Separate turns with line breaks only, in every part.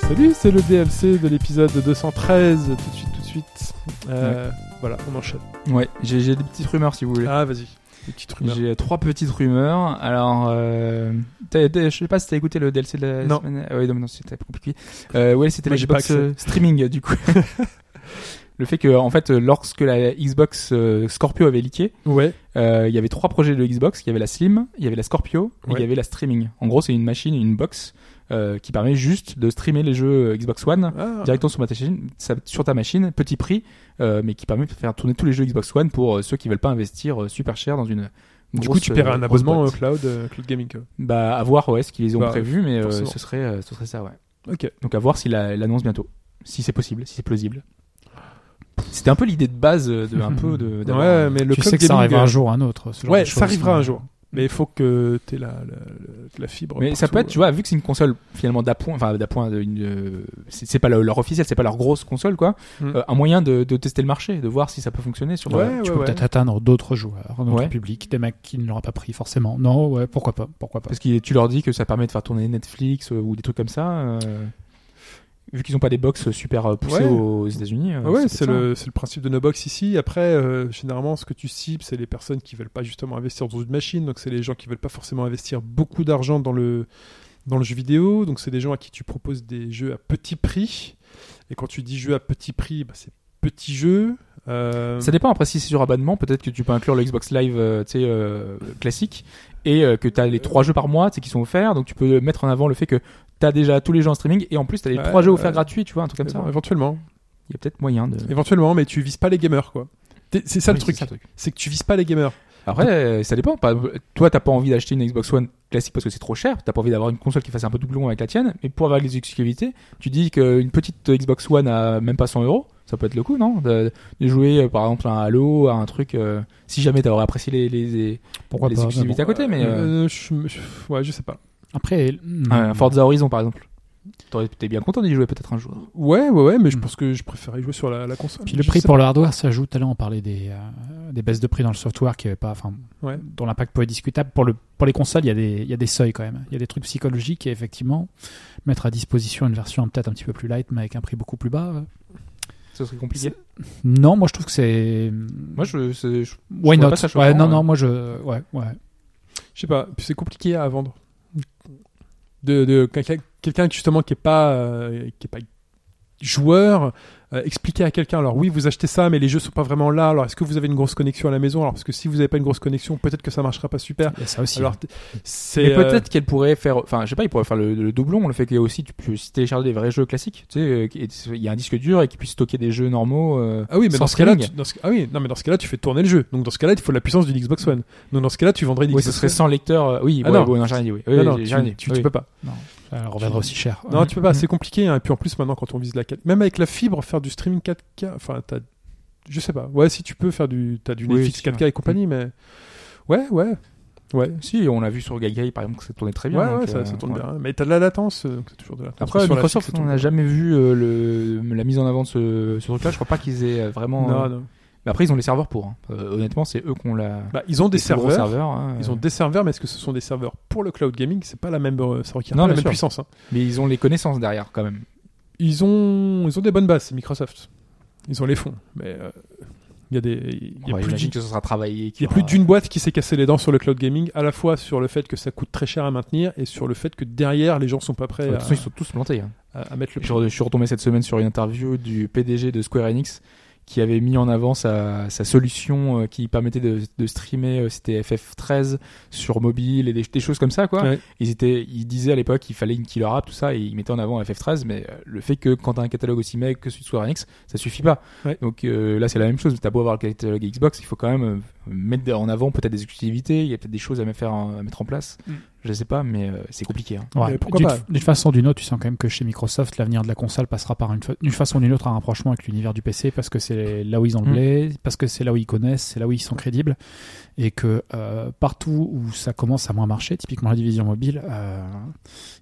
Salut, c'est le DLC de l'épisode 213. Tout de suite, tout de suite. Euh, Voilà, on enchaîne.
Ouais, j'ai j'ai des petites rumeurs si vous voulez.
Ah, vas-y. Des petites rumeurs.
J'ai trois petites rumeurs. Alors, euh, t'as- t'as- je sais pas si t'as écouté le DLC de la
Non.
semaine. Ah oui, non, mais non, c'était compliqué. Euh, ouais, c'était
Moi,
la
j'ai pas
Xbox euh, streaming euh, du coup. le fait que, en fait, euh, lorsque la Xbox euh, Scorpio avait leaké,
Ouais,
euh, il y avait trois projets de Xbox. Il y avait la Slim, il y avait la Scorpio et
Ouais.
il y avait la streaming. En gros, c'est une machine, une box euh, qui permet juste de streamer les jeux euh, Xbox One
Ah.
directement sur, ma machine, ça- sur ta machine, petit prix, euh, mais qui permet de faire tourner tous les jeux Xbox One pour euh, ceux qui veulent pas investir euh, super cher dans une.
Du
grosse,
coup, tu paieras
euh,
un
grosse
abonnement
boîte.
euh, cloud, euh, cloud gaming. quoi.
Bah, à voir, ouais, ce qu'ils ont
Bah,
prévu, mais euh,
forcément.
ce serait, euh, ce serait ça, ouais.
Ok.
Donc à voir s'il a- l'annonce bientôt, si c'est possible, si c'est plausible. C'était un peu l'idée de base, euh, de un peu de.
Ouais,
d'avoir, euh,
mais le
tu
cloud
sais que ça
gaming,
arrivera
euh,
un jour ou un autre. ce genre
Ouais,
de
ça
choses.
arrivera un jour. Mais il faut que t'aies la, la, la- la fibre.
Mais ça
partout,
peut être,
euh.
tu vois, vu que c'est une console finalement d'appoint, enfin d'appoint, de une, euh, c'est c'est pas leur, leur officiel, c'est pas leur grosse console quoi,
Mm.
euh, un moyen de, de tester le marché, de voir si ça peut fonctionner sur.
Ouais,
euh,
ouais,
Tu
ouais.
peux peut-être atteindre d'autres joueurs, d'autres
Ouais.
publics, des mecs qui ne l'auraient pas pris forcément. Non, ouais, pourquoi pas, pourquoi pas.
Parce que tu leur dis que ça permet de faire tourner Netflix euh, ou des trucs comme ça. euh, vu qu'ils n'ont pas des box super euh, poussées
Ouais.
aux États-Unis. euh,
Ah ouais,
peut-être
c'est
ça.
le, c'est le principe de No Box ici. Après, euh, généralement, ce que tu cibles, c'est les personnes qui veulent pas justement investir dans une machine. Donc, c'est les gens qui veulent pas forcément investir beaucoup d'argent dans le, dans le jeu vidéo. Donc, c'est des gens à qui tu proposes des jeux à petit prix. Et quand tu dis jeu à petit prix, bah, c'est petit jeu. Euh,
Ça dépend après si c'est sur abonnement, peut-être que tu peux inclure le Xbox Live euh, tu sais, euh, classique et euh, que tu as les trois jeux par mois tu sais, qui sont offerts. Donc tu peux mettre en avant le fait que tu as déjà tous les jeux en streaming et en plus tu as les
Ouais,
trois jeux offerts
ouais.
gratuits, tu vois, un truc comme ça. hein.
euh, Éventuellement.
Il y a peut-être moyen de.
Éventuellement, mais tu vises pas les gamers, quoi. T'es- C'est ça
Oui,
le truc.
c'est ça, le truc.
C'est que tu vises pas les gamers.
Après, euh, ça dépend. Par exemple, Toi, t'as pas envie d'acheter une Xbox One classique parce que c'est trop cher. T'as pas envie d'avoir une console qui fasse un peu doublon avec la tienne. Mais pour avoir les exclusivités, tu dis qu'une petite Xbox One à même pas 100 euros, ça peut être le coup, non de, de jouer euh, par exemple à un Halo, à un truc. euh, si jamais t'aurais apprécié les, les, les-
Pourquoi
les
pas. mais
exclusivités à côté, mais euh,
Euh, je, je- ouais, je sais pas.
bon. Après, hmm,
un Forza Horizon par exemple, t'aurais t'es bien content d'y jouer peut-être un jour.
Ouais, ouais, ouais, mais je
Hmm.
pense que je préférais jouer sur la, la console.
Puis le
Je
prix
sais
pour le hardware s'ajoute. Là, on parlait des, euh, des baisses de prix dans le software qui avait pas, enfin,
Ouais.
dont l'impact peut être discutable. Pour, le, pour les consoles, il y, a des, il y a des seuils quand même. Il y a des trucs psychologiques et effectivement, mettre à disposition une version peut-être un petit peu plus light mais avec un prix beaucoup plus bas. euh,
Ça serait compliqué.
Non, moi je trouve que c'est. hmm,
Moi, je, c'est- je-
Why
je vois
not
pas ça choquant,
ouais, Non,
ouais.
non, moi je. Ouais, ouais.
Je sais pas, puis c'est compliqué à vendre. De, de quelqu'un quelqu'un, justement qui est pas euh, qui est pas joueur euh, expliquer à quelqu'un alors oui vous achetez ça mais les jeux sont pas vraiment là alors est-ce que vous avez une grosse connexion à la maison alors parce que si vous avez pas une grosse connexion peut-être que ça marchera pas super
Il y a ça aussi. hein.
alors t-
Mais
c'est euh,
peut-être qu'elle pourrait faire, enfin, je sais pas, il pourrait faire le, le doublon, le fait qu'il y a aussi, tu puisses télécharger des vrais jeux classiques, tu sais, euh, qui- et il y a un disque dur et qu'il puisse stocker des jeux normaux. euh,
ah oui mais
sans
dans ce cas-là
streaming.
tu- dans ce- ah oui non mais dans ce cas-là tu fais tourner le jeu donc dans ce cas-là il faut la puissance d'une Xbox One donc dans ce cas-là tu vendrais une
Oui, ce
Xbox
serait
One.
sans lecteur. euh, Oui,
Ah
ouais,
non.
bon, non, j'ai rien dit, oui.
non,
Oui,
non,
j'ai
tu,
rien dit,
tu-
oui.
tu peux pas
Non, ça reviendra aussi cher.
Non, tu peux pas,
Mhm.
c'est compliqué. hein. Et puis en plus, maintenant, quand on vise la 4 même avec la fibre, faire du streaming 4K, enfin, t'as. Je sais pas. Ouais, si tu peux faire du. T'as du
Oui, Mm.
Netflix
si,
4K et compagnie, mais. Ouais, ouais. Ouais.
Si, on l'a vu sur Gagai par exemple que ça tournait très bien.
ouais,
donc,
ouais, ça,
euh,
ça tourne
ouais.
bien. hein. Mais t'as de la latence, euh, donc c'est toujours de la latence.
Après,
Sur la
Microsoft,
fibre, ça
on
tourne
n'a jamais vu euh, le, la mise en avant de ce, ce truc-là. Je crois pas qu'ils aient euh, vraiment.
Non,
euh,
non.
Mais après, ils ont les serveurs pour. hein. Euh, honnêtement, c'est eux qui ont la.
Bah, ils ont des
les plus gros
serveurs.
hein,
Ils
euh.
ont des serveurs, mais est-ce que ce sont des serveurs pour le cloud gaming C'est pas la même. euh, Ça requiert
Non,
pas la
bien
même
sûr.
puissance. hein.
Mais ils ont les connaissances derrière quand même.
Ils ont. Ils ont des bonnes bases, c'est Microsoft. Ils ont les fonds. Mais. euh, Il y a des. Il y a
Ouais,
plus d'une-
J'imagine que ça sera travaillé.
Il y a plus d'une boîte qui s'est cassé les dents sur le cloud gaming, à la fois sur le fait que ça coûte très cher à maintenir et sur le fait que derrière les gens sont pas prêts
De toute
à,
façon, ils sont tous plantés. hein.
à- à mettre le
Je, re- je suis retombé cette semaine sur une interview du PDG de Square Enix qui avait mis en avant sa, sa solution euh, qui permettait de, de streamer, euh, c'était FF13 sur mobile et des, des choses comme ça quoi.
Ouais.
Ils étaient, ils disaient à l'époque qu'il fallait une killer app tout ça et ils mettaient en avant FF13, mais euh, le fait que quand t'as un catalogue aussi maigre que celui de Square Enix, ça suffit pas.
Ouais.
Donc euh, là c'est la même chose, t'as beau avoir le catalogue Xbox, il faut quand même euh, mettre en avant peut-être des exclusivités, il y a peut-être des choses à, me faire, en- à mettre en place,
Mm.
je sais pas, mais euh, c'est compliqué. hein.
Ouais.
Mais pourquoi
D'une
pas
f- D'une façon ou d'une autre, tu sens quand même que chez Microsoft, l'avenir de la console passera par une, fa- d'une façon ou d'une autre un rapprochement avec l'univers du PC parce que c'est là où ils ont le
Mm.
blé, parce que c'est là où ils connaissent, c'est là où ils sont crédibles et que euh, partout où ça commence à moins marcher, typiquement la division mobile, euh,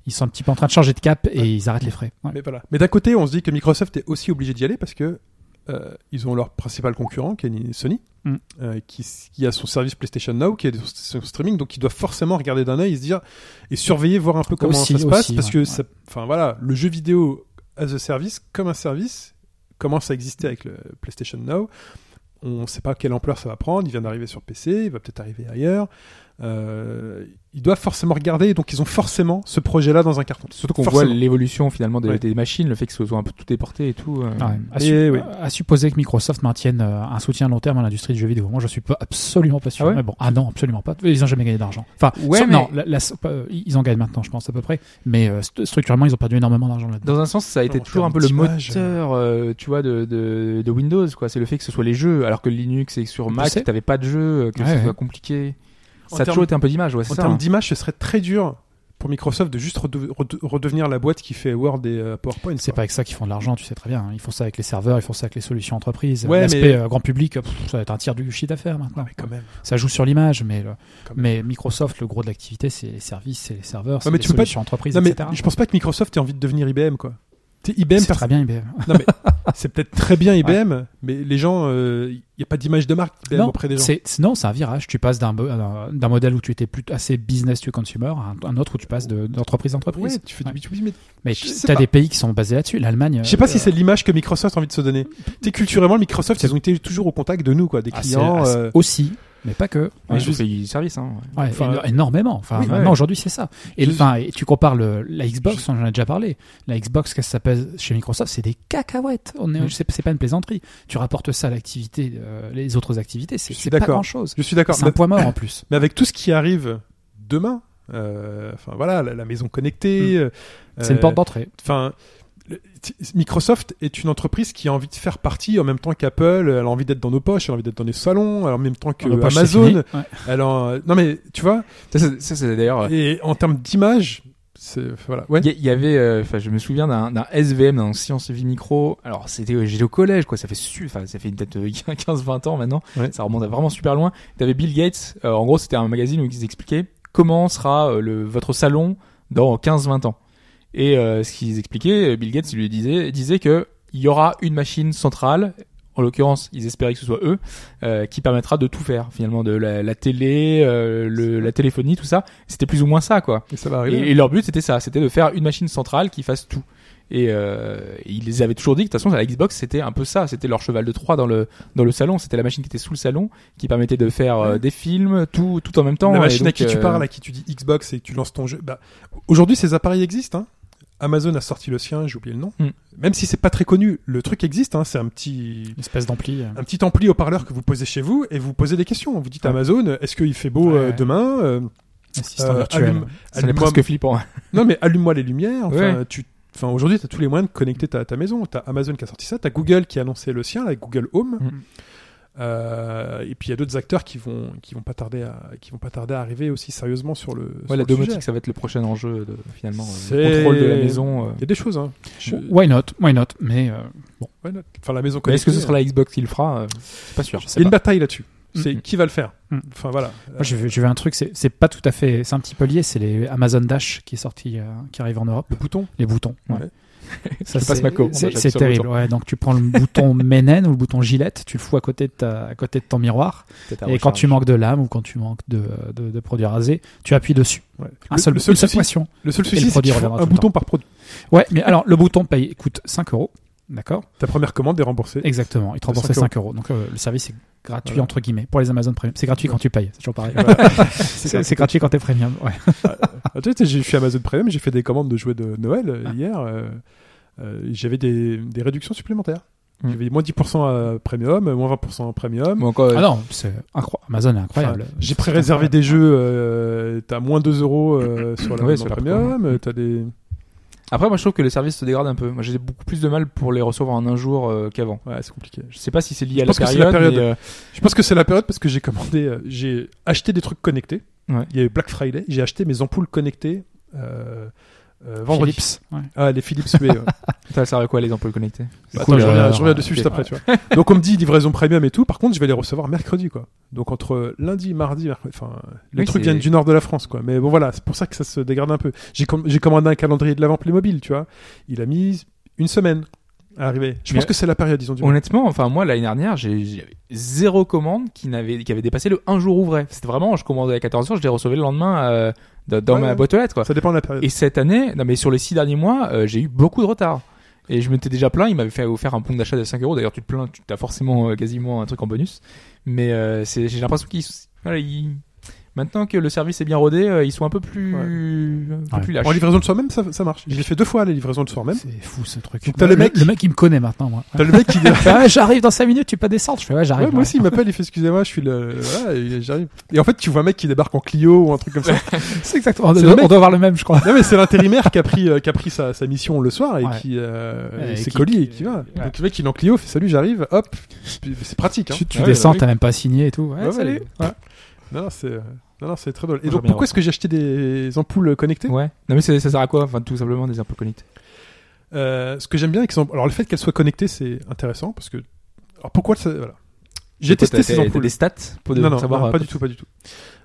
ils sont un petit peu en train de changer de cap et ils arrêtent les frais. Ouais.
Mais voilà. Mais d'un côté, on se dit que Microsoft est aussi obligé d'y aller parce que euh, ils ont leur principal concurrent, qui est ni- Sony,
Mm.
euh, qui, s- qui a son service PlayStation Now, qui a son streaming, donc ils doivent forcément regarder d'un œil et se dire et surveiller, voir un peu comment
Aussi,
ça se passe,
aussi,
parce
ouais,
que,
ouais.
ça- enfin voilà, le jeu vidéo as a service comme un service commence à exister avec le PlayStation Now. On ne sait pas quelle ampleur ça va prendre. Il vient d'arriver sur PC, il va peut-être arriver ailleurs. Euh, ils doivent forcément regarder, donc ils ont forcément ce projet-là dans un carton.
Surtout qu'on voit
Forcément.
l'évolution finalement des,
Ouais. Ah
des machines, le fait que ce soit un peu tout déporté et tout. euh,
Ouais. à,
Et
su-
oui.
à supposer que Microsoft maintienne euh, un soutien long terme à l'industrie du jeu vidéo. Moi, je suis pas absolument pas sûr.
Ah ouais
mais bon, ah non, absolument pas. Ils n'ont jamais gagné d'argent. Enfin,
Ouais,
sauf-
mais-
non, la- la- euh, ils en gagnent maintenant, je pense à peu près. Mais euh, st- structurellement, ils ont perdu énormément d'argent là-dedans.
Dans un sens, ça a été
Non,
toujours
c'est
un
un
peu le
petit mage.
moteur, euh, tu vois, de, de, de Windows, quoi. C'est le fait que ce soit les jeux, alors que Linux et sur Mac,
sais.
t'avais pas de jeu, euh, que
Ouais,
ce
ouais.
soit compliqué.
En
ça a
termes-
toujours été un peu d'image, ouais, c'est
En
ça.
termes
hein.
d'image, ce serait très dur pour Microsoft de juste rede- rede- redevenir la boîte qui fait Word et euh, PowerPoint.
C'est
quoi.
pas avec ça qu'ils font de l'argent, tu sais très bien. hein. Ils font ça avec les serveurs, ils font ça avec les solutions entreprises.
Ouais,
L'aspect
mais-
euh, grand public, pff, ça va être un tiers du chiffre d'affaires maintenant.
Mais quand même.
Ça joue sur l'image, mais, le-
Quand même.
mais Microsoft, le gros de l'activité, c'est les services, c'est les serveurs, c'est
mais
les
tu peux pas-
solutions entreprises,
Non, mais
etc.
je pense pas que Microsoft ait envie de devenir IBM, quoi. T'es IBM,
C'est très bien, IBM.
Non, mais c'est peut-être très bien IBM, mais les gens, il n'y a pas d'image de marque IBM
Non,
auprès des gens.
c'est c'est- non, c'est un virage. Tu passes d'un bo- d'un d'un modèle où tu étais plus assez business to consumer à un, un autre où tu passes de- d'entreprise en entreprise.
Ouais, tu fais du
Ouais.
B2B, mais
Mais
je
tu
sais
as
pas.
des pays qui sont basés là-dessus. L'Allemagne.
je sais pas si c'est l'image que Microsoft a envie de se donner.
euh,
Tu sais, culturellement, Microsoft, ils ont été toujours au contact de nous, quoi, des
Ah,
clients. euh,
aussi, mais pas que.
Ouais,
Ouais.
je vous fais du service, hein. ouais.
Ouais,
Enfin,
éno- énormément. Enfin,
oui,
maintenant,
ouais.
aujourd'hui, c'est ça. Et,
Je-
enfin, et tu compares le, la Xbox, on en a déjà parlé. La Xbox, qu'est-ce que ça pèse chez Microsoft C'est des cacahuètes. On est,
Mm.
c'est, c'est pas une plaisanterie. Tu rapportes ça à l'activité, euh, les autres activités, c'est,
Je suis
c'est pas
d'accord.
grand-chose.
Je suis d'accord.
C'est un
Mais,
point mort en plus.
mais avec tout ce qui arrive demain, euh, enfin voilà, la, la maison connectée. euh,
Hmm. C'est une
euh,
porte d'entrée.
Enfin, le- t- Microsoft est une entreprise qui a envie de faire partie en même temps qu'Apple. Elle a envie d'être dans nos poches, elle a envie d'être dans les salons, en même temps que
Dans nos poches, c'est fini.
Amazon.
Ouais.
Elle a- Non mais tu vois.
Ça, c'est- ça, c'est d'ailleurs. euh,
Et en termes d'image, c'est voilà. Ouais.
Il y, il y avait, euh, enfin, je me souviens d'un d'un SVM, d'un sciences vie micro. Alors, c'était, euh, j'étais au collège, quoi. Ça fait su, enfin, ça fait peut-être euh, 15-20 ans maintenant.
Ouais.
Ça remonte à vraiment super loin. T'avais Bill Gates. euh, en gros, c'était un magazine où ils expliquaient comment sera euh, le, votre salon dans 15-20 ans. Et euh, ce qu'ils expliquaient, euh, Bill Gates il lui disait, disait que il y aura une machine centrale. En l'occurrence, ils espéraient que ce soit eux euh, qui permettra de tout faire finalement, de la, la télé, euh, le- la téléphonie, tout ça. C'était plus ou moins ça, quoi.
Et ça va
Et,
arriver.
et leur but c'était ça, c'était de faire une machine centrale qui fasse tout. Et euh, ils les avaient toujours dit que de toute façon la Xbox c'était un peu ça, c'était leur cheval de Troie dans le dans le salon, c'était la machine qui était sous le salon qui permettait de faire euh,
Ouais.
des films tout tout en même temps.
la
Et
machine à
donc,
qui tu
euh,
parles, à qui tu dis Xbox et que tu lances ton jeu. Bah, aujourd'hui, ces appareils existent. hein. Amazon a sorti le sien, j'ai oublié le nom.
Hmm.
Même si c'est pas très connu, le truc existe. hein, C'est un petit
Une espèce d'ampli. euh.
un petit ampli au parleur que vous posez chez vous et vous posez des questions. Vous dites à
Ouais.
Amazon, est-ce qu'il fait beau
Ouais,
euh,
ouais.
demain Euh,
assistant
euh,
virtuel.
allume-
ça n'est
allume-moi-
presque flippant.
Non mais allume-moi les lumières. Enfin,
Ouais.
tu Enfin, aujourd'hui, tu as tous les moyens de connecter ta, ta maison. Tu as Amazon qui a sorti ça, tu as Google qui a annoncé le sien, là, Google Home.
Mm.
Euh, et puis il y a d'autres acteurs qui vont, qui, vont pas tarder à, qui vont pas tarder à arriver aussi sérieusement sur le, sur
Ouais,
le
la
sujet.
domotique ça va être le prochain enjeu de, finalement euh,
C'est-
le contrôle de la maison. euh.
Il y a des choses. Hein. Je-
Why not Why not Mais euh,
ouais, non. Enfin, la maison
Mais
connectée.
Est-ce que ce sera la Xbox qui le fera euh, C'est pas sûr.
je
Il y
sais
a une
pas.
bataille là-dessus. C'est
Mm.
qui va le faire.
Mm.
Enfin voilà. Euh,
Moi, j'ai vu j'ai vu un truc, c'est, c'est pas tout à fait, c'est un petit peu lié. C'est les Amazon Dash qui est sorti, euh, qui arrive en Europe.
Le bouton.
Les boutons. ouais.
Ouais.
Ça,
Je passe
c'est-
ma commande,
c'est-
j'appuie
C'est
sur le
terrible.
bouton.
Ouais, donc tu prends le bouton Ménène ou le bouton Gillette, tu le fous à côté de, ta, à côté de ton miroir.
Peut-être à
et quand
recharge.
tu manques de lame ou quand tu manques de, de, de produits rasés, tu appuies dessus.
Ouais.
Ah,
Un seul,
le seul
une seule
souci,
pression.
le seul souci,
le
c'est
produit
qu'il faut
reviendra
un
tout le
bouton par produit.
Ouais, mais alors le bouton paye, coûte 5 euros. D'accord
Ta première commande est remboursée.
Exactement. Il te remboursait
5
5 euros. Donc euh, le service est gratuit,
Voilà.
entre guillemets, pour les Amazon Premium. C'est gratuit quand tu payes, c'est toujours pareil.
Voilà.
c'est, c'est gratuit quand t'es premium. Ouais.
Ah, tu sais, tu sais, je suis Amazon Premium, j'ai fait des commandes de jouets de Noël euh,
Ah.
hier. euh, euh, J'avais des, des réductions supplémentaires.
Mm.
J'avais moins 10% à Premium, euh, moins 20% à Premium.
Ou encore, euh,
Ah non, c'est incro- Amazon est incroyable.
Enfin, J'ai pré-réservé des jeux, euh, t'as moins 2 euros euh, sur la
Ouais,
ouais,
sur la
Premium,
Premium.
euh, t'as des...
Après moi je trouve que le service se dégrade un peu. Moi j'ai beaucoup plus de mal pour les recevoir en un jour euh, qu'avant.
Ouais, c'est compliqué.
Je sais pas si c'est lié à
pense que c'est
la
la
période.
période.
mais, euh,
Je pense que c'est la période parce que j'ai commandé, euh, j'ai acheté des trucs connectés.
Ouais.
Il y a eu Black Friday, j'ai acheté mes ampoules connectées euh, euh, vendredi.
Philips. Ouais.
Ah, les Philips, mais... euh,
Ça sert à quoi les ampoules connectées
Bah,
Cool,
attends, je reviens,
alors,
je reviens dessus
ok.
juste après, tu vois. Donc on me dit livraison premium et tout. Par contre, je vais les recevoir mercredi, quoi. Donc entre lundi, mardi, mercredi, enfin, les
Oui,
trucs
c'est-
viennent du nord de la France, quoi. Mais bon, voilà, c'est pour ça que ça se dégrade un peu. J'ai com- j'ai commandé un calendrier de l'avant Playmobil, tu vois. Il a mis une semaine à arriver. Je
Mais-
pense que c'est la période, ils ont dû.
Honnêtement, enfin moi l'année dernière, j'ai j'avais zéro commande qui n'avait qui avait dépassé le un jour ouvré. C'était vraiment, je commandais à 14 h je les recevais le lendemain euh, dans dans
Ouais,
ma
ouais.
boîte aux lettres quoi.
Ça dépend de la période.
Et cette année, non mais sur les six derniers mois, euh, j'ai eu beaucoup de retard. Et je m'étais déjà plaint, il m'avait fait offert un bon d'achat de 5 euros. D'ailleurs, tu te plains, tu as forcément euh, quasiment un truc en bonus. Mais euh, c'est- j'ai l'impression qu'ils. voilà, ils- Maintenant que le service est bien rodé, euh, ils sont un peu plus. Un peu
Ouais.
plus lâches.
En livraison le soir même, ça, ça marche. Je l'ai fait deux fois la livraison le soir même.
C'est fou ce truc.
Donc, t'as le mec-
le mec, il me connaît maintenant, moi.
T'as le mec qui dit
Il fait, Ah, j'arrive dans 5 minutes, tu peux descendre. Je fais, ouais, j'arrive.
Ouais, moi aussi, il m'appelle, il fait excusez-moi, je suis le. voilà, et j'arrive. Et en fait, tu vois un mec qui débarque en Clio ou un truc comme ça.
C'est exactement. On,
C'est le
doit-
mec-
on doit avoir le même, je crois.
non, mais c'est l'intérimaire qui a pris, euh, qui a pris sa, sa mission le soir et
Ouais.
qui. euh,
Ouais,
et
et
ses
qui-
colis et qui va.
Ouais.
Donc le mec, il est en Clio, fait salut, j'arrive, hop. C'est pratique, hein.
Tu, tu
Ouais,
descends,
ouais.
t'as même pas signé et tout. Ouais,
Bah Ouais,
salut.
ouais. Non, non, c'est. euh, Non, non, c'est très drôle. Et
Moi, j'aime
donc,
bien
pourquoi est-ce que j'ai acheté des ampoules connectées
Ouais. Non, mais c'est- ça sert à quoi Enfin, tout simplement des impôts connectés.
Euh, ce que j'aime bien avec ces ampoules- alors le fait qu'elles soient connectées, c'est intéressant parce que. Alors pourquoi ça voilà. J'ai testé ces
T'as
ampoules.
des stats pour de-
non, non,
savoir.
non,
euh,
pas du tout, pas du tout.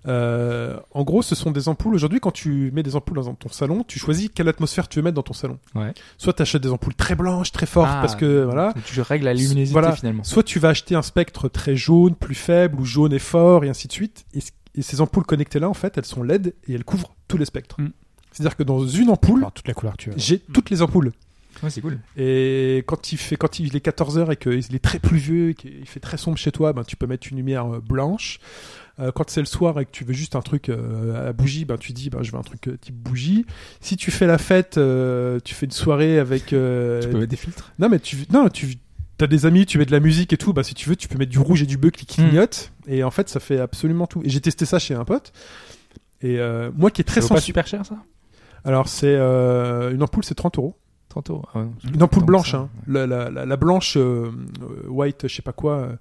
Euh, en gros, ce sont des ampoules. Aujourd'hui, quand tu mets des ampoules dans ton salon, tu choisis quelle atmosphère tu veux mettre dans ton salon.
Ouais.
Soit tu achètes des ampoules très blanches, très fortes,
Ah,
parce que voilà.
Tu règles la luminosité
Voilà.
finalement.
Soit tu vas acheter un spectre très jaune, plus faible, ou jaune et fort, et ainsi de suite. Et, c- et ces ampoules connectées là, en fait, elles sont LED et elles couvrent tous les spectres.
Mm.
C'est-à-dire que dans une ampoule,
Alors, toute la couleur que tu veux.
j'ai toutes les ampoules.
Ouais, c'est
Euh,
cool.
Et quand il fait quand il est 14 heures et qu'il est très pluvieux et qu'il fait très sombre chez toi, ben tu peux mettre une lumière euh, blanche. Euh, quand c'est le soir et que tu veux juste un truc euh, à la bougie, ben tu dis ben je veux un truc euh, type bougie. Si tu fais la fête, euh, tu fais une soirée avec euh,
Tu peux mettre des filtres.
non mais tu non tu T'as des amis, tu mets de la musique et tout, bah si tu veux, tu peux mettre du rouge et du bleu qui
Hmm.
clignotent. Et en fait, ça fait absolument tout. Et j'ai testé ça chez un pote. Et euh, moi qui est très
C'est pas
sensible.
super cher ça
Alors c'est euh, une ampoule, c'est 30 euros.
30 euros. Ah ouais, non, c'est
Une ampoule
tant que
blanche,
ça.
hein. la, la- la- la blanche euh, euh, white, je sais pas quoi, euh,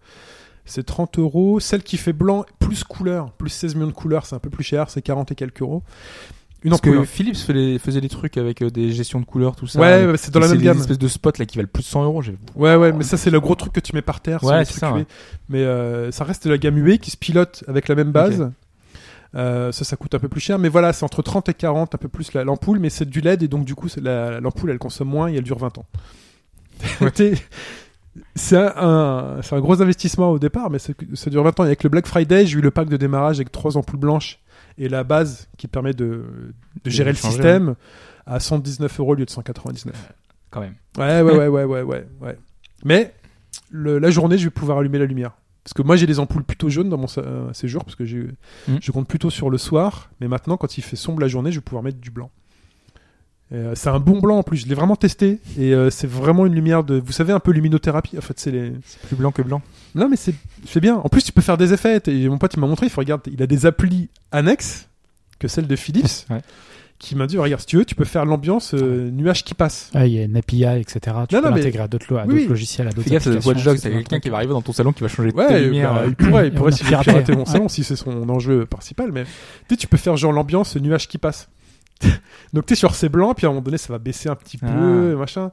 c'est 30 euros. Celle qui fait blanc plus couleur, plus 16 millions de couleurs, c'est un peu plus cher, c'est 40 et quelques euros. Une
Parce
ampoule.
que Philips faisait, faisait des trucs avec euh, des gestions de couleurs, tout ça.
ouais, ouais, c'est dans
Et
la
c'est
même
des
gamme.
espèces de spots là qui valent plus de 100 euros. j'ai-
Ouais, ouais, mais ça c'est le gros truc que tu mets par terre.
Ouais,
les
c'est
trucs
ça,
UV.
ouais.
Mais euh, ça reste la gamme UV qui se pilote avec la même base. Euh, ça, ça coûte un peu plus cher, mais voilà, c'est entre 30 et 40, un peu plus la- l'ampoule, mais c'est du LED et donc du coup, c'est la- l'ampoule elle consomme moins et elle dure 20 ans. T'es- c'est un, un- c'est un gros investissement au départ, mais c'est que- ça dure 20 ans. Et avec le Black Friday, j'ai eu le pack de démarrage avec trois ampoules blanches et la base qui permet de, de
De
gérer le
changer,
système à 119 euros au lieu de 199.
Quand même.
Ouais, ouais, ouais, ouais, ouais, ouais. ouais. Mais le- la journée, je vais pouvoir allumer la lumière. Parce que moi, j'ai des ampoules plutôt jaunes dans mon sa- euh, séjour, parce que j'ai-
Mm.
je compte plutôt sur le soir. Mais maintenant, quand il fait sombre la journée, je vais pouvoir mettre du blanc. Et, euh, c'est un bon blanc en plus, je l'ai vraiment testé. Et euh, c'est vraiment une lumière de. Vous savez, un peu luminothérapie. En fait, c'est les.
C'est plus blanc que blanc.
Non, mais c'est c'est bien. En plus, tu peux faire des effets. Et mon pote, il m'a montré, il fait, regarde, il a des applis annexes que celle de Philips.
Ouais. Ah
Qui m'a dit, regarde, si tu veux, tu peux faire l'ambiance euh, nuage qui passe.
Ah, il y a une API, etc. Tu
Non,
peux
non, mais-
l'intégrer à d'autres lo- à
Oui,
d'autres
oui.
logiciels, à d'autres
Fais gaffe, c'est
applications.
Watch Dogs. T'as
c'est
quelqu'un qui va arriver dans ton salon qui va changer ta
Ouais,
lumière.
bah,
euh,
il pourrait, il
Et
pourrait
on a
s'il veut
piraté.
pirater mon
Ouais.
salon, si c'est son enjeu principal. Mais tu sais, tu peux faire genre l'ambiance nuage qui passe. Donc tu es sur ces blancs, puis à un moment donné, ça va baisser un petit peu,
Ah.
machin.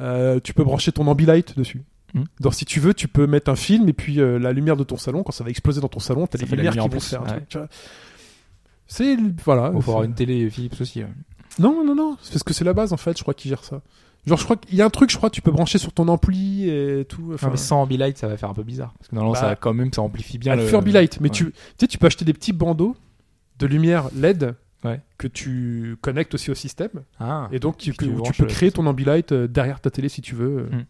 Euh, tu peux brancher ton ambilight dessus.
Hmm.
Donc si tu veux, tu peux mettre un film et puis euh, la lumière de ton salon, quand ça va exploser dans ton salon, t'as
Ça
des
fait la
lumières qui
lumière en
vont
plus,
faire un
ouais.
truc, tu vois. C'est voilà.
Bon,
c'est-
faut avoir une télé Philips aussi. euh.
Non, non, non. C'est parce que c'est la base en fait. Je crois qu'ils gèrent ça. Genre, je crois qu'il y a un truc, je crois, tu peux brancher sur ton ampli et tout. Enfin,
Enfin, Ah, mais sans Ambilight, ça va faire un peu bizarre. Parce que normalement,
Bah,
ça quand même, ça amplifie bien.
Ah,
le
le Furby Light. Mais
ouais.
tu, tu sais, tu peux acheter des petits bandeaux de lumière LED
Ouais.
que tu connectes aussi au système.
Ah.
Et donc, tu,
puis tu
que- tu
branches
peux
le-
créer ton Ambilight euh, derrière ta télé si tu veux. euh,
Mm.
ça
Ouais,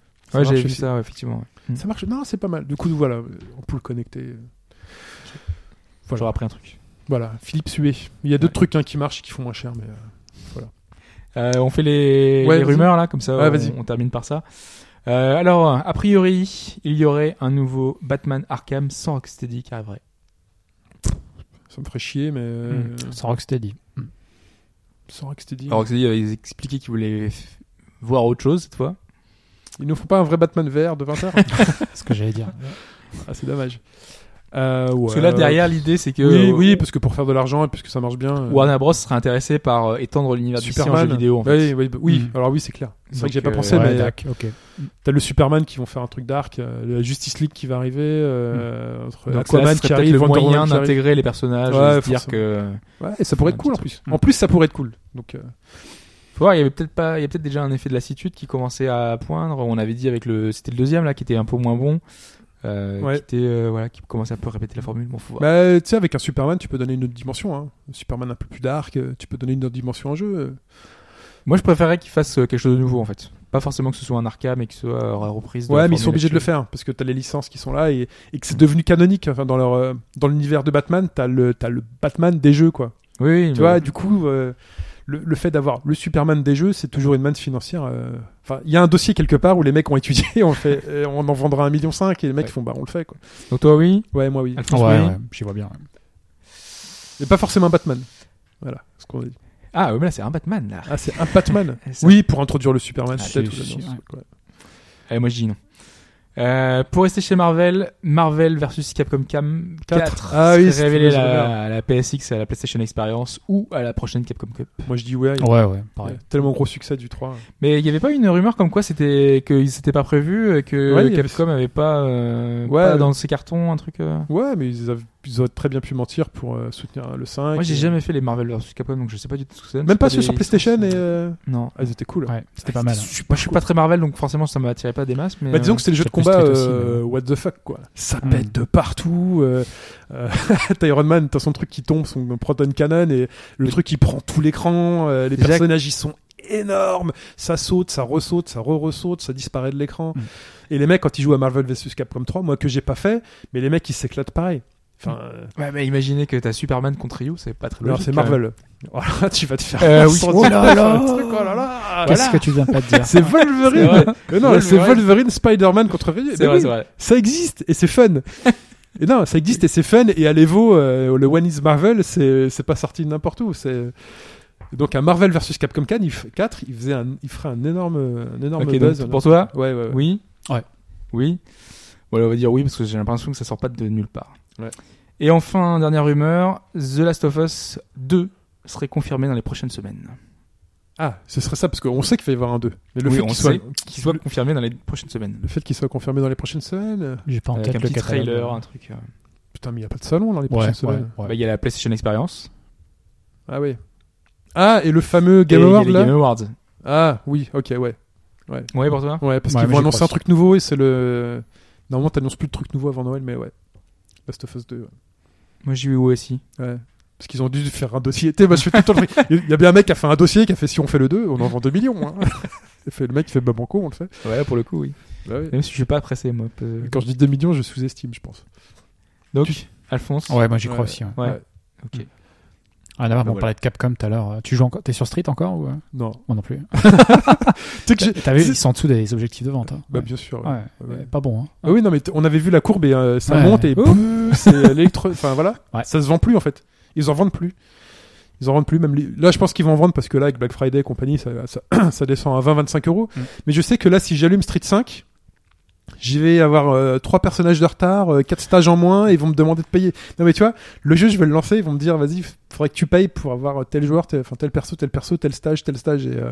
marche
j'ai vu
aussi.
ça, ouais, effectivement. ouais.
Ça marche. Non, c'est pas mal. Du coup, voilà, euh, on peut le connecter. euh, Voilà.
J'aurais appris un truc.
Voilà, Philippe Sué. Il y a d'autres trucs hein, qui marchent et qui font moins cher. Mais, euh,
Euh, on fait les,
Ouais,
les
vas-y.
rumeurs là, comme ça
Ouais,
on-
vas-y.
on, termine par ça. Euh, alors, a priori, il y aurait un nouveau Batman Arkham sans Rocksteady qui arriverait.
ça me ferait chier, mais.
Hmm.
euh,
Sans Rocksteady.
Sans Rocksteady.
Alors, Rocksteady avait expliqué qu'il voulait f- voir autre chose cette fois.
Ils ne font pas un vrai Batman vert de 20 heures
C'est ce que j'allais dire.
Ah, c'est dommage. Euh, ouais.
Parce que là, derrière, l'idée c'est que
Oui,
euh,
oui, parce que pour faire de l'argent et puisque ça marche bien. euh,
Warner Bros serait intéressé par euh, étendre l'univers du en jeux vidéo. En fait.
Ouais, ouais, bah, oui,
Mm.
alors oui, c'est clair. C'est vrai
Donc,
que j'ai pas
euh,
pensé,
C'est,
Ouais,
mais
Dak, ok.
t'as le Superman qui vont faire un truc dark, euh, la Justice League qui va arriver, euh, entre
Donc,
Aquaman
là, ce serait
qui
peut-être
arrive,
le
Wonder Woman
moyen
qui arrive.
d'intégrer les personnages,
Ouais,
et se dire
forcément.
que.
Ouais, et ça pourrait
Un
être cool en
petit
plus.
truc.
En plus, ça pourrait être cool. Donc, euh,
Faut voir, il y avait peut-être pas, il y a peut-être déjà un effet de lassitude qui commençait à poindre. On avait dit avec le, c'était le deuxième là qui était un peu moins bon, euh,
Ouais.
qui était euh, voilà, qui commençait un peu à répéter la formule. Bon, faut voir.
bah, tu sais, avec un Superman, tu peux donner une autre dimension. Hein. Un Superman un peu plus dark, euh, tu peux donner une autre dimension en jeu. euh.
Moi, je préférais qu'il fasse euh, quelque chose de nouveau en fait. pas forcément que ce soit un arcade mais que ce soit euh, reprise. de la
Ouais, mais ils sont
formule
obligés de le
actuelle.
faire parce que t'as les licences qui sont là et, et que c'est devenu canonique. Enfin, dans leur euh, dans l'univers de Batman, t'as le t'as le Batman des jeux quoi.
Oui, oui,
Tu
mais-
vois, du coup, euh, le, le fait d'avoir le Superman des jeux, c'est toujours une manne financière. euh. Enfin, il y a un dossier quelque part où les mecs ont étudié, on fait, euh, on en vendra un million cinq et les mecs
Ouais.
font bah on le fait quoi.
Donc toi, oui.
Ouais, moi oui.
Alphonse,
ouais,
oui.
ouais, j'y vois bien.
Mais pas forcément Batman. Voilà, ce qu'on a dit.
Ah, ouais, mais là, c'est un Batman, là.
Ah, c'est un Batman.
Ça-
oui, pour introduire le Superman,
Ah,
peut-être.
si,
ou
si,
l'annonce,
ouais.
quoi.
Allez, moi, je dis non. Euh, pour rester chez Marvel, Marvel versus Capcom Cam
Quatre.
4
Ah oui, c'est
révélé
ce que je voulais
la- à la PSX, à la PlayStation Experience ou à la prochaine Capcom Cup.
Moi je dis ouais. il-
Ouais, ouais,
ouais,
pareil.
Tellement gros succès du 3.
Mais il n'y avait pas une rumeur comme quoi c'était que c'était pas prévu, et que
Ouais, il y avait-
Capcom avait pas, euh,
Ouais,
pas
euh,
dans ses cartons un truc. euh.
Ouais, mais ils, avaient- ils auraient très bien pu mentir pour euh, soutenir le 5.
Moi j'ai
Et-
jamais fait les Marvel vs Capcom donc je sais pas du tout ce que c'est.
Même pas
C'est
ceux
des
sur PlayStation et.
licences,
euh,
Non.
Ah, ils étaient cool.
Ouais, c'était pas mal.
Je suis pas, je suis pas très Marvel donc forcément ça m'attirait pas des masses. Mais euh,
Mm.
Bah, disons que c'est le jeu de
Sur plus
combat
Street aussi, hein.
euh,
mais
what the fuck quoi. Ça
Hmm.
pète de partout. Euh, euh, t'as Iron Man, t'as son truc qui tombe, son proton cannon et le truc qui prend tout l'écran. euh, les
Déjà-
personnages ils sont énormes. Ça saute, ça ressaute, ça re-ressaute, ça disparaît de l'écran.
Hmm.
Et les mecs quand ils jouent à Marvel vs Capcom 3, moi que j'ai pas fait, mais les mecs ils s'éclatent pareil. Enfin, euh,
euh, ouais mais imaginez que t'as Superman contre Ryu c'est pas très
alors
logique.
c'est Marvel. Voilà, tu vas te faire.
Euh, oui.
incendier.
Oh là là.
Un truc, oh là là.
Qu'est-ce
Voilà.
que tu viens pas de dire
C'est Wolverine. Mais non, c'est
Wolverine.
Wolverine, Spider-Man contre Ryu.
C'est
Mais Eh
vrai,
ben oui,
c'est vrai.
ça existe et c'est fun. et non, ça existe et c'est fun. Et à l'Evo, euh, le One is Marvel, c'est c'est pas sorti de n'importe où. C'est donc un Marvel versus Capcom 4, il, f- 4, il faisait un, il ferait un énorme, un énorme
Ok,
buzz.
donc pour toi
Ouais, ouais, ouais.
Oui.
Ouais.
Oui. Voilà, on va dire oui parce que j'ai l'impression que ça sort pas de nulle part.
Ouais.
Et enfin, dernière rumeur, The Last of Us 2 serait confirmé dans les prochaines semaines.
Ah, ce serait ça parce qu'on sait qu'il va y avoir un 2 Mais le
Oui,
fait
on
qu'il soit,
sait Qui soit confirmé dans les prochaines semaines.
le fait qu'il soit confirmé dans les prochaines semaines. euh,
J'ai pas en
Avec
tête
un
le
petit trailer, un
catalogue.
truc. euh.
Putain, mais il y a pas de salon dans les
Ouais,
prochaines
ouais,
semaines.
Bah, Il
ouais.
y a la PlayStation Experience.
Ah oui. Ah et le fameux Game
Et il y a
Award
les
là.
Game Awards.
Ah oui, ok, ouais,
Ouais, pour toi
ouais, parce qu'ils
Ouais, mais
vont
j'y
annoncer
crois
un truc nouveau et c'est le. Normalement, t'annonces plus de trucs nouveaux avant Noël, mais ouais. Last of Us 2. ouais.
Moi, j'ai eu oui aussi.
Ouais. Parce qu'ils ont dû faire un dossier. Tu sais, moi, je fais tout le temps le truc. Il y a bien un mec qui a fait un dossier qui a fait si on fait le 2, on en vend 2 millions. hein. Il fait, le mec il fait bah banco, on le fait.
Ouais, pour le coup, oui. Même si je suis pas pressé, moi. peu-
Et euh, Quand je dis 2 millions, je sous-estime, je pense.
Donc, Alphonse.
Ouais, moi j'y crois
Ouais.
aussi. Ouais.
Bah, Ouais.
Ouais.
Ok.
Ah, d'abord,
Bah,
on
voilà.
parlait de Capcom tout à l'heure. Euh, Tu joues encore T'es sur Street encore ou euh
Non.
Moi non plus.
Tu sais que j'ai-
T'as vu,
c'est-
ils sont en dessous des objectifs de vente. hein.
Bah,
Ouais.
bien sûr.
Ouais,
Ouais.
euh, Pas bon. hein.
Ah oui, non, mais t- on avait vu la courbe et euh, ça
Ouais.
monte et
Ouh.
bouh, c'est l'électro. Enfin, voilà.
Ouais.
Ça se vend plus, en fait. Ils en vendent plus. Ils en vendent plus. Même les- Là, je pense qu'ils vont en vendre parce que là, avec Black Friday et compagnie, ça, ça, ça descend à 20-25 euros.
Mm.
Mais je sais que là, si j'allume Street 5, j'y vais avoir euh, trois personnages de retard, euh, quatre stages en moins et ils vont me demander de payer. Non, mais tu vois, le jeu, je vais le lancer. Ils vont me dire, vas-y, f- faudrait que tu payes pour avoir euh, tel joueur, tel, enfin, tel perso, tel perso, tel stage, tel stage. Et, euh,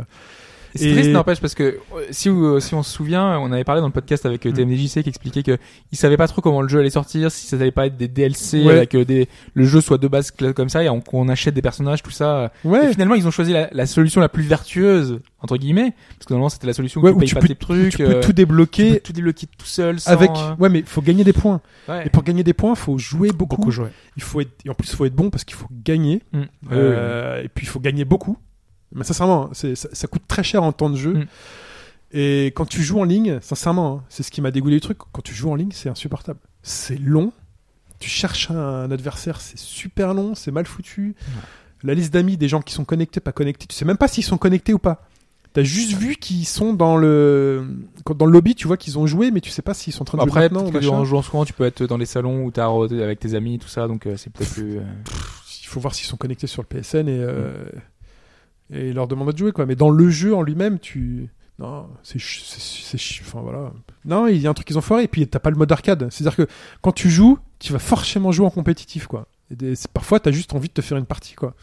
Et C'est
Et-
triste, n'empêche, parce que euh, si, vous- si on se souvient, on avait parlé dans le podcast
Mm.
avec euh, TMDJC qui expliquait que il savait pas trop comment le jeu allait sortir, si ça allait pas être des DLC,
Ouais.
avec euh, des, le jeu soit de base cla- comme ça, et on, qu'on achète des personnages, tout ça. Et
Ouais.
finalement, ils ont choisi la, la solution la plus vertueuse, entre guillemets, parce que normalement, c'était la solution où
Ouais,
tu
où
payes
tu
pas
peux-
tes trucs,
Tu peux
euh,
tout
tu peux
débloquer
tout débloquer tout seul, sans,
avec.
euh,
Ouais, mais faut gagner des points.
ouais.
Et pour gagner des points, faut jouer beaucoup.
Beaucoup joué.
Il faut être, et en plus, il faut être bon parce qu'il faut gagner.
Mm. Euh,
Euh, Et puis, il faut gagner beaucoup. Mais sincèrement, hein, c'est- ça, ça coûte très cher en temps de jeu.
Mm.
Et quand tu joues en ligne, sincèrement, hein, c'est ce qui m'a dégoûté du truc. Quand tu joues en ligne, c'est insupportable. C'est long. Tu cherches un, un adversaire, c'est super long, c'est mal foutu. La liste d'amis des gens qui sont connectés, pas connectés, tu sais même pas s'ils sont connectés ou pas. T'as juste vu qu'ils sont dans le quand- dans le lobby, tu vois qu'ils ont joué, mais tu sais pas s'ils sont en train de
Après,
jouer maintenant.
peut-être
ou
que
machin.
en jouant souvent, tu peux être dans les salons où t'as re- avec tes amis, tout ça, donc euh, c'est peut-être plus. euh,
il faut voir s'ils sont connectés sur le PSN et, euh, et leur demander de jouer quoi. Mais dans le jeu en lui-même, tu non, c'est ch- c'est c'est ch- enfin voilà. Non, il y a un truc qu'ils ont foiré et puis t'as pas le mode arcade. C'est-à-dire que quand tu joues, tu vas forcément jouer en compétitif quoi. Et des- c'est- parfois t'as juste envie de te faire une partie quoi.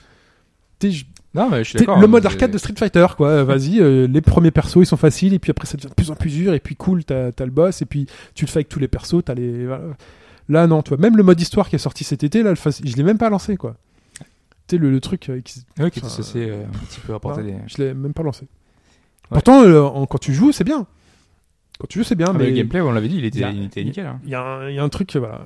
T'es- je-
Non, mais je suis
t'es-
d'accord.
le
hein,
mode
c'est-
arcade de Street Fighter quoi. Euh, Vas-y, euh, les premiers persos ils sont faciles et puis après ça devient de plus en plus dur et puis cool t'as as le boss et puis tu le fais avec tous les persos t'as les voilà. là non toi même le mode histoire qui est sorti cet été là le faci- je l'ai même pas lancé quoi. Tu sais, le, le truc euh, qui-
Ouais, qui est
Enfin,
associé euh, un petit peu à porter
non,
des.
Je l'ai même pas lancé. Pourtant, euh, en- quand tu joues, c'est bien. Quand tu joues, c'est bien,
Ah, mais
mais
le gameplay, on l'avait dit, il
Il y
était,
a-
il était nickel. hein.
il y, a un- il y a un truc, euh, voilà,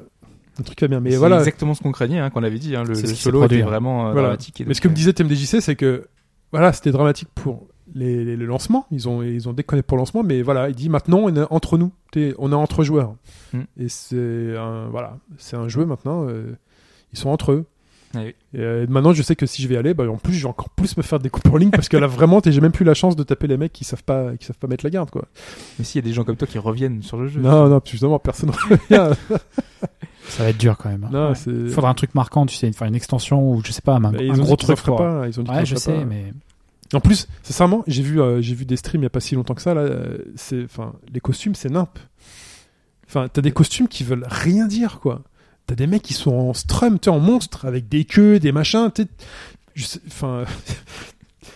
un truc qui va bien. Mais
C'est
voilà.
exactement ce qu'on craignait, hein, qu'on avait dit. Hein, le
C'est
le
ce qui s'est
solo était
produit, hein.
vraiment euh,
Voilà.
dramatique. et
Mais
donc,
ce que me
euh,
disait TMDJC, c'est que voilà, c'était dramatique pour les, les- le lancement. Ils ont, ils ont déconné pour le lancement, mais voilà, il dit maintenant, on est entre nous, T'es- on est entre joueurs.
Hmm.
Mm.
Et c'est un, voilà, c'est un jeu maintenant, euh, ils sont entre eux.
Ah oui.
Et euh, maintenant, je sais que si je vais y aller, bah, en plus, je vais encore plus me faire des coupes en ligne parce que là, vraiment, t'es- j'ai même plus la chance de taper les mecs qui savent pas, qui savent pas mettre la garde, quoi.
Mais s'il y a des gens comme toi qui reviennent sur le jeu.
Non, non, justement, personne revient.
Ça va être dur quand même. hein.
non,
Ouais.
c'est.
Il faudra un truc marquant, tu sais, enfin une extension ou je sais pas, un,
Bah,
un
ils ont dit
gros
qu'ils en
truc.
feraient
quoi.
pas, ils ont dit qu'ils
Ouais,
en
je
feraient pas.
sais, mais
En plus, sincèrement, j'ai vu, euh, j'ai vu des streams il n'y a pas si longtemps que ça. Là, euh, c'est, enfin, les costumes, c'est nimp. Enfin, t'as des costumes qui veulent rien dire, quoi. T'as des mecs qui sont en strum, t'es en monstre, avec des queues, des machins. t'sais. Je sais- Enfin,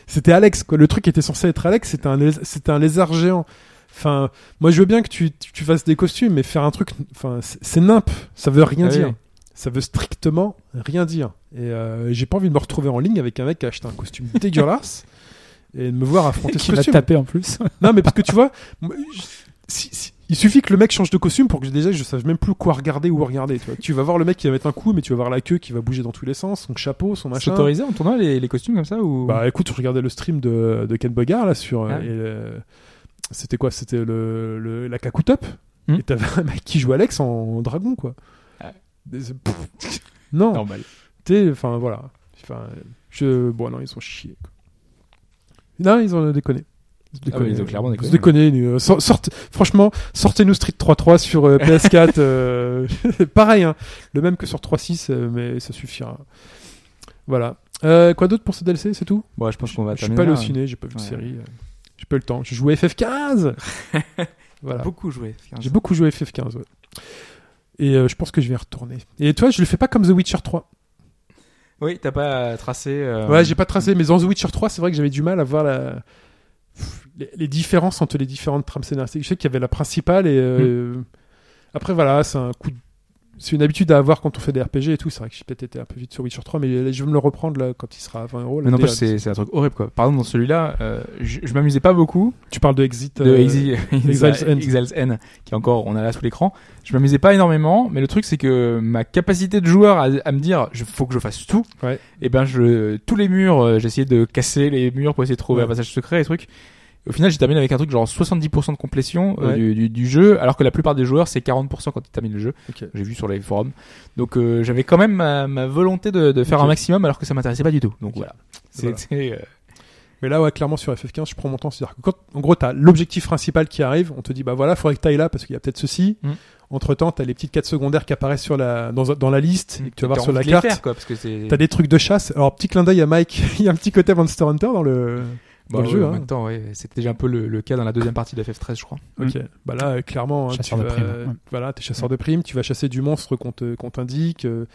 c'était Alex, quoi. Le truc était censé être Alex, c'était un, lés- c'était un lézard géant. Enfin, moi, je veux bien que tu, tu, tu fasses des costumes, mais faire un truc, enfin, c'est, c'est nimp. Ça veut rien
Ah oui.
dire. Ça veut strictement rien dire. Et euh, j'ai pas envie de me retrouver en ligne avec un mec qui a acheté un costume dégueulasse et de me voir affronter ce
qui va
costume.
taper en plus.
Non, mais parce que tu vois, moi, je- si- si- il suffit que le mec change de costume pour que déjà je sache même plus quoi regarder ou regarder. Tu, vois. tu vas voir le mec qui va mettre un coup, mais tu vas voir la queue qui va bouger dans tous les sens, son chapeau, son
C'est
machin.
autorisé en tournant les, les costumes comme ça ou
Bah écoute, je regardais le stream de, de Ken Bogard là sur. euh,
Ah.
et, euh, c'était quoi C'était le, le- la Kakutop
Hmm.
Et t'avais un mec qui joue Alex en dragon quoi.
Ah.
Et c'est- pff, non,
normal.
t'es. Enfin voilà. Enfin, je, bon non, ils sont chiés. quoi. Non, ils ont déconné. Ils ont
Ah ouais, ils ont clairement déconné.
Ils ont déconné, nous. Euh, sor- sorte- franchement, sortez-nous Street 3.3 sur euh, PS4. euh, pareil, hein. le même que sur 3.6, euh, mais ça suffira. Voilà. Euh, quoi d'autre pour ce DLC C'est tout
Bon, je pense qu'on va
je suis
terminer
pas allé au
Bah, là. hein.
ciné, j'ai pas vu de
Ouais.
série, euh, j'ai pas eu le temps. Je jouais FF15 Voilà.
Beaucoup joué.
J'ai beaucoup joué FF15, ouais. Et euh, je pense que je vais y retourner. Et toi, je le fais pas comme The Witcher 3.
Oui, t'as pas tracé. euh,
Ouais, j'ai pas tracé, mais dans The Witcher 3, c'est vrai que j'avais du mal à voir la... pff, les, les différences entre les différentes trames scénaristiques. Je sais qu'il y avait la principale et. euh,
Mm.
Après, voilà, c'est un coup de- C'est une habitude à avoir quand on fait des RPG et tout. C'est vrai que j'ai peut-être été un peu vite sur Witcher 3, mais là, je vais me le reprendre là, quand il sera à 20 euros. là,
Mais n'empêche,
dès-
c'est c'est un truc horrible quoi. Par exemple, dans celui-là, euh, je, je m'amusais pas beaucoup.
Tu parles de Exit.
De
euh,
Exi-
Exiles End.
Exiles N, qui est encore, on a là sous l'écran. Je m'amusais pas énormément, mais le truc c'est que ma capacité de joueur à, à me dire, je faut que je fasse tout.
Ouais.
Et ben, je tous les murs, euh, j'essayais de casser les murs pour essayer de trouver
Ouais.
un passage secret et trucs. Au final, j'ai terminé avec un truc genre 70% de complétion euh,
Ouais.
du, du- du jeu, alors que la plupart des joueurs c'est 40% quand ils terminent le jeu.
Ok.
J'ai vu sur les forums. Donc euh, j'avais quand même ma, ma volonté de, de faire
Ok.
un maximum, alors que ça m'intéressait pas du tout. Donc
Ok.
voilà.
Voilà.
C'était, euh,
Mais là, ouais, clairement, sur FF15, je prends mon temps. C'est-à-dire que quand, en gros, t'as l'objectif principal qui arrive. On te dit, bah voilà, faudrait que t'ailles là parce qu'il y a peut-être ceci.
Mm.
Entre temps, t'as les petites quêtes secondaires qui apparaissent sur la, dans, dans la liste et que tu vas voir
Mm. t'as
sur la
envie de les
carte.
faire, quoi, parce que c'est.
T'as des trucs de chasse. Alors, petit clin d'œil à Mike. Il y a un petit côté Monster Hunter dans le, dans
Bah
le
ouais,
jeu.
En
hein.
même temps, ouais, c'était déjà un peu le, le cas dans la deuxième partie de FF13, je crois.
Ok. Bah là, euh, clairement, hein,
Chasseur
tu
de
vas-
primes, ouais.
voilà, t'es chasseur de primes, tu vas chasser du monstre qu'on te- qu'on t'indique. euh,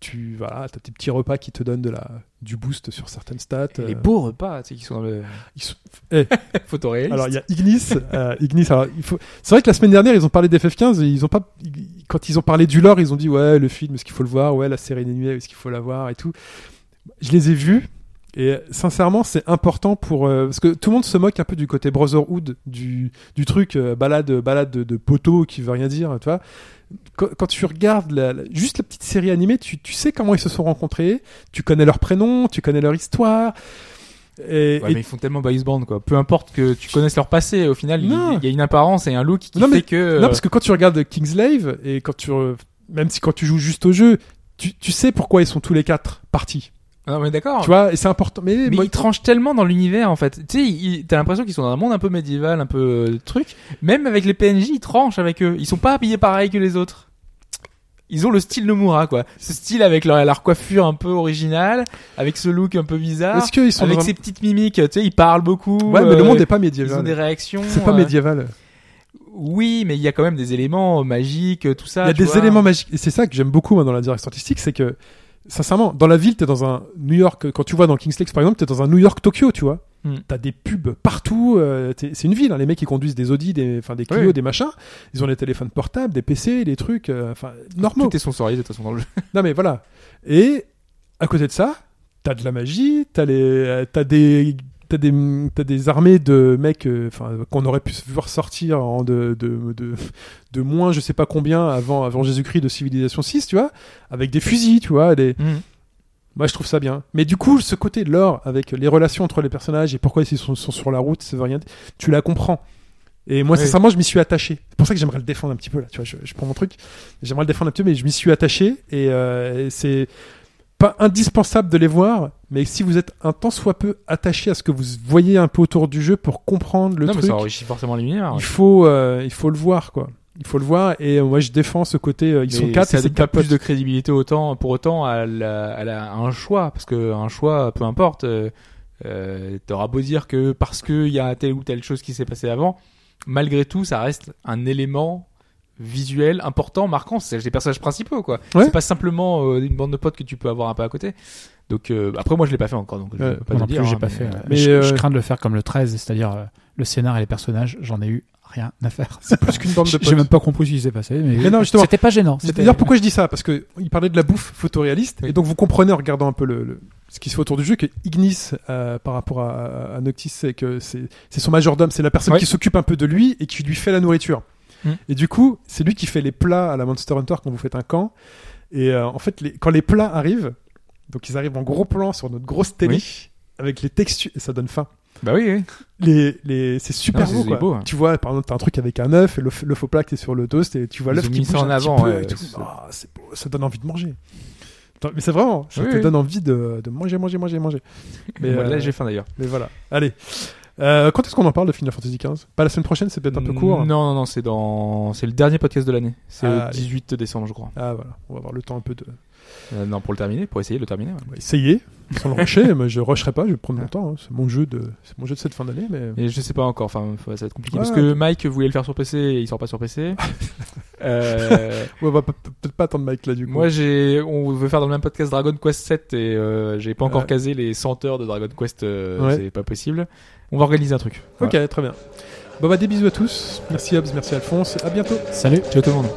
tu voilà, t'as tes petits repas qui te donnent de la du boost sur certaines stats.
Et Les
euh,
beaux repas, tu sais, qui sont dans le
ils sont- Eh.
photoréaliste.
Alors il y a Ignis, euh, Ignis. alors, il faut. C'est vrai que la semaine dernière ils ont parlé d'FF15 et ils ont pas. ils- Quand ils ont parlé du lore, ils ont dit ouais le film est-ce qu'il faut le voir, ouais la série animée est-ce qu'il faut la voir et tout. Je les ai vus et euh, sincèrement c'est important pour euh, parce que tout le monde se moque un peu du côté Brotherhood du du truc euh, balade balade de, de poteau qui veut rien dire, tu vois. Quand, quand tu regardes la- la- juste la petite série animée, tu, tu sais comment ils se sont rencontrés, tu connais leur prénom, tu connais leur histoire. Et,
Ouais,
et
mais ils font tellement Boys Band, quoi. Peu importe que tu connaisses leur passé, au final, il
Non.
il y a une apparence et un look qui
Non, mais-
fait que. euh,
Non, parce que quand tu regardes Kingslave, et quand tu, re- même si quand tu joues juste au jeu, tu, tu sais pourquoi ils sont tous les quatre partis.
non, mais d'accord.
Tu vois, et c'est important. Mais,
Ah. mais
moi-
ils tranchent tellement dans l'univers en fait. Tu sais, ils- t'as l'impression qu'ils sont dans un monde un peu médiéval, un peu euh, truc. Même avec les PNJ, ils tranchent avec eux. Ils sont pas habillés pareil que les autres. Ils ont le style Nomura quoi. Ce style avec leur, leur coiffure un peu originale, avec ce look un peu bizarre,
est-ce qu'ils sont
avec
vraiment-
ces petites mimiques. Tu sais, ils parlent beaucoup.
Ouais, mais le
euh,
monde n'est pas
Ils ont
médiéval.
des réactions.
C'est pas
euh,
médiéval.
Oui, mais il y a quand même des éléments magiques, euh, tout ça.
Il y a
tu
des
vois.
éléments magiques. Et c'est ça que j'aime beaucoup moi, dans la direction artistique, c'est que, sincèrement, dans la ville, t'es dans un New York, quand tu vois dans King's Lake, par exemple, t'es dans un New York-Tokyo, tu vois.
Hmm.
T'as des pubs partout, euh, t'es- c'est une ville, hein, les mecs qui conduisent des Audi, des, enfin, des Clio,
Oui.
des machins, ils ont des téléphones portables, des PC, des trucs, euh, enfin, normaux.
Tout est sensorisé de toute façon dans le jeu.
Non mais voilà. Et à côté de ça, t'as de la magie, t'as les, euh, t'as des, t'as des, t'as des armées de mecs, euh, enfin qu'on aurait pu voir sortir en de, de, de, de moins, je sais pas combien avant avant Jésus-Christ de civilisation 6, tu vois, avec des fusils, tu vois, des, Moi, je trouve ça bien. Mais du coup, ce côté de l'or, avec les relations entre les personnages et pourquoi ils sont, sont sur la route, ça veut rien dire, tu la comprends. Et moi,
Oui.
sincèrement, je m'y suis attaché. C'est pour ça que j'aimerais le défendre un petit peu là. Tu vois, je, je prends mon truc. J'aimerais le défendre un petit peu, mais je m'y suis attaché. Et euh, c'est pas indispensable de les voir, mais si vous êtes un tant soit peu attaché à ce que vous voyez un peu autour du jeu pour comprendre le
non, mais
truc,
ça enrichit forcément l'univers. hein.
il faut, euh, il faut le voir quoi. Il faut le voir. Et euh, moi, je défends ce côté. euh, ils sont quatre. et
ça
c'est
donne pas
quatre
plus
potes.
de crédibilité autant pour autant à, la- à la- à un choix parce que un choix peu importe euh, euh, t'auras beau dire que parce que il y a telle ou telle chose qui s'est passée avant malgré tout ça reste un élément visuel important marquant c'est les personnages principaux quoi
Ouais.
c'est pas simplement euh, une bande de potes que tu peux avoir un peu à côté donc euh, après moi je l'ai pas fait encore donc je
Ouais,
peux pas
Moi
te dire,
non plus, j'ai
hein,
pas
mais,
fait.
euh,
euh,
mais,
je, je
euh,
crains de le faire comme le 13, c'est-à-dire euh, le scénar et les personnages, j'en ai eu rien à faire.
plus qu'une bande de potes.
J'ai même pas compris ce qui s'est passé, mais,
Mais non, justement.
c'était pas gênant.
C'est
c'était-
d'ailleurs pourquoi je dis ça, parce que il parlait de la bouffe photoréaliste,
Oui.
et donc vous comprenez en regardant un peu le, le- ce qui se fait autour du jeu que Ignis, euh, par rapport à, à Noctis, c'est que c'est c'est son majordome, c'est la personne
Ouais.
qui s'occupe un peu de lui et qui lui fait la nourriture.
Mm.
Et du coup, c'est lui qui fait les plats à la Monster Hunter quand vous faites un camp. Et euh, en fait, les- quand les plats arrivent, donc ils arrivent en gros plan sur notre grosse télé. Avec les textures, et ça donne faim.
bah oui, oui.
Les, les, c'est super
Non,
beau,
c'est
quoi.
beau, hein.
Tu vois, par exemple, t'as un truc avec un œuf, et le, le faux plat que t'es sur le toast, et tu vois
Ils
l'œuf
ont
qui
mis
bouge
ça en
un petit
avant,
peu
ouais,
et tout.
c'est-
Ah, c'est beau, ça donne envie de manger. Attends, Mais c'est vraiment, ça
Oui,
te
oui.
donne envie de, de manger, manger, manger, manger. Mais,
Moi,
euh,
là j'ai faim d'ailleurs
mais voilà, allez. Euh, quand est-ce qu'on en parle de Final Fantasy XV Pas la semaine prochaine, c'est peut-être un peu court.
Mm,
hein.
non non non c'est dans c'est le dernier podcast de l'année c'est
Ah,
le 18 décembre je crois
Ah voilà, on va avoir le temps un peu de
Euh, non, pour le terminer, pour essayer de le terminer. ouais.
on va essayer, sans le rusher, mais je rusherai pas, je vais prendre mon temps. hein. C'est mon jeu de, c'est mon jeu de cette fin d'année, mais
Mais je sais pas encore, enfin, ça va être compliqué.
Ouais,
parce que Mike voulait le faire sur PC et il sort pas sur PC. Euh,
Ouais, on va peut- peut-être pas attendre Mike là du coup.
moi, j'ai, on veut faire dans le même podcast Dragon Quest 7 et euh, j'ai pas encore
Ouais.
casé les 100 heures de Dragon Quest, euh,
Ouais.
c'est pas possible. On va organiser un truc.
Ok, très bien. Bon bah des bisous à tous. Merci Hobbs, merci Alphonse. À bientôt.
Salut.
Ciao tout le monde.